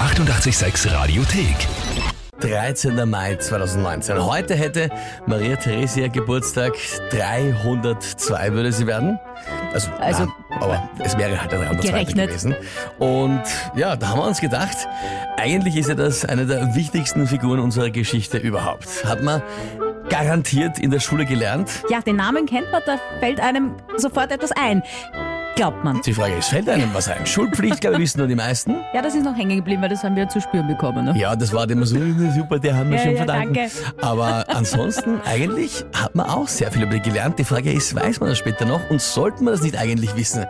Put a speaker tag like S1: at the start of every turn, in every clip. S1: 886 Radiothek.
S2: 13. Mai 2019. Heute hätte Maria Theresia Geburtstag 302 würde sie werden. Also,
S3: Also,
S2: nein, aber es wäre halt der 302.
S3: gerechnet.
S2: gewesen. Und ja, da haben wir uns gedacht, eigentlich ist ja das eine der wichtigsten Figuren unserer Geschichte überhaupt. Hat man garantiert in der Schule gelernt.
S3: Ja, den Namen kennt man, da fällt einem sofort etwas ein. Glaubt man.
S2: Die Frage ist, fällt einem was ein? Schulpflicht, glaube ich, wissen nur die meisten.
S3: Ja, das ist noch hängen geblieben, weil das haben wir zu spüren bekommen. Ne?
S2: Ja, das war immer so, "Na super, der haben wir
S3: Ja,
S2: schon
S3: ja,
S2: verdanken.
S3: danke.
S2: Aber ansonsten, eigentlich hat man auch sehr viel über die gelernt. Die Frage ist, weiß man das später noch und sollte man das nicht eigentlich wissen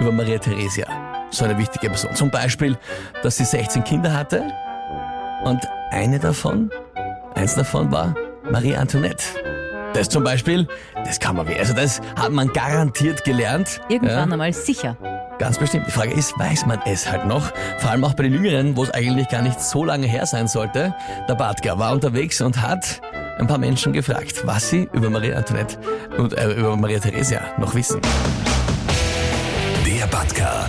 S2: über Maria Theresia? So eine wichtige Person. Zum Beispiel, dass sie 16 Kinder hatte und eine davon, eins davon war Marie Antoinette. Das zum Beispiel, das kann man wie. Also das hat man garantiert gelernt. Ja.
S3: Irgendwann einmal sicher.
S2: Ganz bestimmt. Die Frage ist, weiß man es halt noch? Vor allem auch bei den Jüngeren, wo es eigentlich gar nicht so lange her sein sollte. Der Bartger war unterwegs und hat ein paar Menschen gefragt, was sie über Maria Antoinette und äh, über Maria Theresia noch wissen.
S1: Der Batka.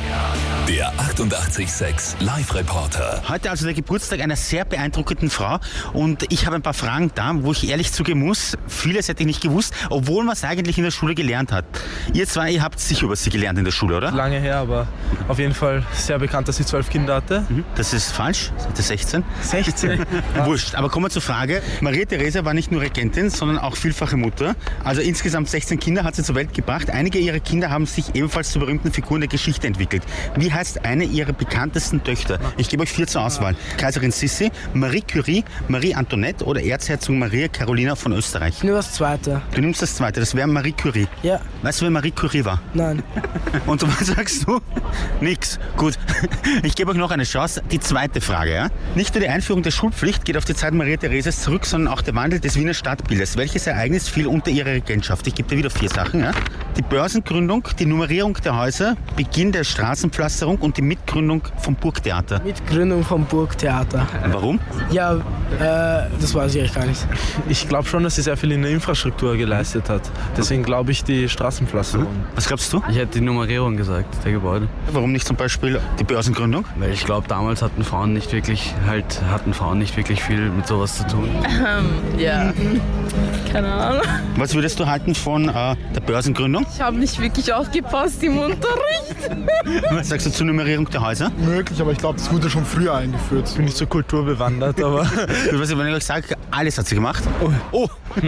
S1: Der 886 Live-Reporter.
S4: Heute also der Geburtstag einer sehr beeindruckenden Frau und ich habe ein paar Fragen da, wo ich ehrlich zugeben muss, vieles hätte ich nicht gewusst, obwohl man es eigentlich in der Schule gelernt hat. Ihr zwei, ihr habt sicher über sie gelernt in der Schule, oder?
S5: lange her, aber auf jeden Fall sehr bekannt, dass sie zwölf Kinder hatte.
S4: Mhm. Das ist falsch, hatte 16.
S5: 16.
S4: Wurscht, aber kommen wir zur Frage. Maria Theresa war nicht nur Regentin, sondern auch vielfache Mutter. Also insgesamt 16 Kinder hat sie zur Welt gebracht. Einige ihrer Kinder haben sich ebenfalls zu berühmten Figuren der Geschichte entwickelt. Wie heißt eine ihrer bekanntesten Töchter? Ich gebe euch vier zur Auswahl. Kaiserin Sissi, Marie Curie, Marie Antoinette oder Erzherzogin Maria Carolina von Österreich.
S6: Nur das zweite.
S4: Du nimmst das zweite, das wäre Marie Curie.
S6: Ja,
S4: Weißt du, wer Marie Curie war?
S6: nein.
S4: Und was sagst du? Nix. Gut. Ich gebe euch noch eine Chance. Die zweite Frage, ja? Nicht nur die Einführung der Schulpflicht geht auf die Zeit Maria Theresias zurück, sondern auch der Wandel des Wiener Stadtbildes. Welches Ereignis fiel unter ihre Regentschaft? Ich gebe dir wieder vier Sachen, ja? Die Börsengründung, die Nummerierung der Häuser, Beginn der Straßenpflasterung und die Mitgründung vom Burgtheater.
S6: Mit Gründung vom Burgtheater.
S4: Warum?
S6: Ja, äh, das weiß ich eigentlich gar nicht.
S5: Ich glaube schon, dass sie sehr viel in der Infrastruktur geleistet hat. Deswegen glaube ich die Straßenpflasterung.
S4: Was glaubst du?
S7: Ich hätte die Nummerierung gesagt, der Gebäude.
S4: Warum nicht zum Beispiel die Börsengründung?
S7: Weil ich glaube, damals hatten Frauen nicht wirklich, halt, hatten Frauen nicht wirklich viel mit sowas zu tun.
S8: Ja, keine Ahnung.
S4: Was würdest du halten von äh, der Börsengründung?
S8: Ich habe nicht wirklich aufgepasst im Unterricht.
S4: Was sagst du zur Nummerierung der Häuser?
S9: möglich, aber ich glaube, das wurde schon früher eingeführt.
S5: Bin nicht so kulturbewandert, aber
S4: Du weißt, wenn ich euch sage, alles hat sie gemacht. Oh.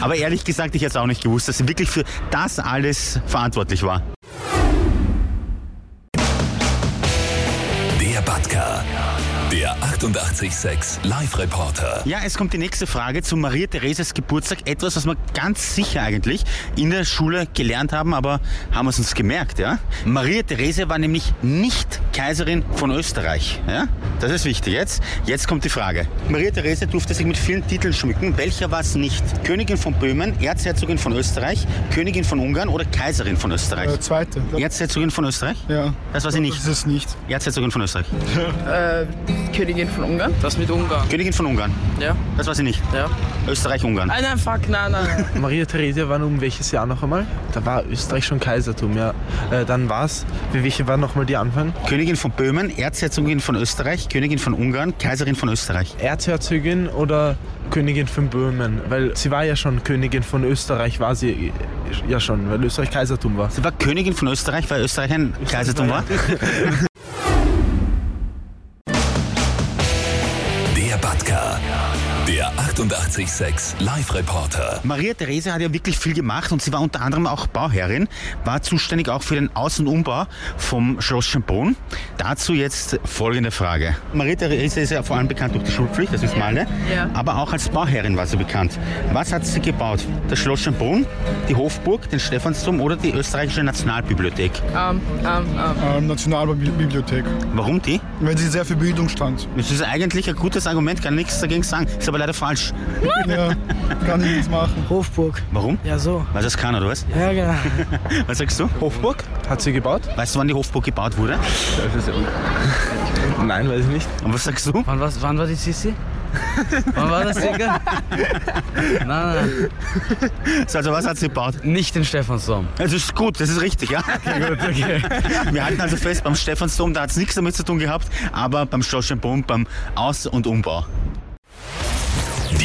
S4: Aber ehrlich gesagt, ich hätte es auch nicht gewusst, dass sie wirklich für das alles verantwortlich war.
S1: Der Batka. Der 886 Live-Reporter.
S4: Ja, es kommt die nächste Frage zu Maria Thereses Geburtstag. Etwas, was wir ganz sicher eigentlich in der Schule gelernt haben, aber haben wir es uns gemerkt, ja? Maria Therese war nämlich nicht Kaiserin von Österreich, ja? Das ist wichtig jetzt. Jetzt kommt die Frage. Maria Therese durfte sich mit vielen Titeln schmücken. Welcher war es nicht? Königin von Böhmen, Erzherzogin von Österreich, Königin von Ungarn oder Kaiserin von Österreich?
S9: Äh, zweite.
S4: Erzherzogin von Österreich?
S9: Ja.
S4: Das war sie nicht.
S9: Das ist es nicht.
S4: Erzherzogin von Österreich.
S8: Königin von Ungarn.
S7: Das mit Ungarn.
S4: Königin von Ungarn.
S7: Ja.
S4: Das war sie nicht.
S7: Ja.
S4: Österreich-Ungarn.
S8: Ah, nein, fuck, nein, nein.
S5: Maria Theresia war nun um welches Jahr noch einmal? Da war Österreich schon Kaisertum, ja. Äh, dann war's. Wie welche war nochmal die Anfang?
S4: Königin von Böhmen, Erzherzogin von Österreich, Königin von Ungarn, Kaiserin von Österreich.
S5: Erzherzogin oder Königin von Böhmen? Weil sie war ja schon Königin von Österreich, war sie ja schon, weil Österreich Kaisertum war.
S4: Sie war Königin von Österreich, weil Österreich ein Kaisertum war.
S1: Der Batka. Der 886 Live-Reporter.
S4: Maria Therese hat ja wirklich viel gemacht und sie war unter anderem auch Bauherrin, war zuständig auch für den Außen- und Umbau vom Schloss Schönbrunn. Dazu jetzt folgende Frage. Maria Therese ist ja vor allem bekannt durch die Schulpflicht, das ist Male,
S8: Ja.
S4: aber auch als Bauherrin war sie bekannt. Was hat sie gebaut? Das Schloss Schönbrunn, die Hofburg, den Stephansdom oder die österreichische Nationalbibliothek?
S8: Ähm, ähm, ähm.
S9: Ähm, Nationalbibliothek.
S4: Warum die?
S9: Weil sie sehr für Bildung stand.
S4: Das ist eigentlich ein gutes Argument, kann nichts dagegen sagen, ist aber leider falsch.
S9: ja, kann ich nichts machen.
S6: Hofburg.
S4: Warum?
S6: Ja, so.
S4: Weil das kann, oder was?
S6: Ja, genau.
S4: Was sagst du?
S5: Hofburg hat sie gebaut?
S4: Weißt du, wann die Hofburg gebaut wurde?
S5: Nein, weiß ich nicht.
S4: Und was sagst du?
S7: Wann, war's- wann war die Sissi? Wann war das, Digga? nein, nein,
S4: So, also was hat sie gebaut?
S7: nicht den Stephansdom.
S4: Das ist gut, das ist richtig, ja. Wir halten also fest, beim Stephansdom, da hat es nichts damit zu tun gehabt, aber beim Schorschenbund, beim Aus- und Umbau.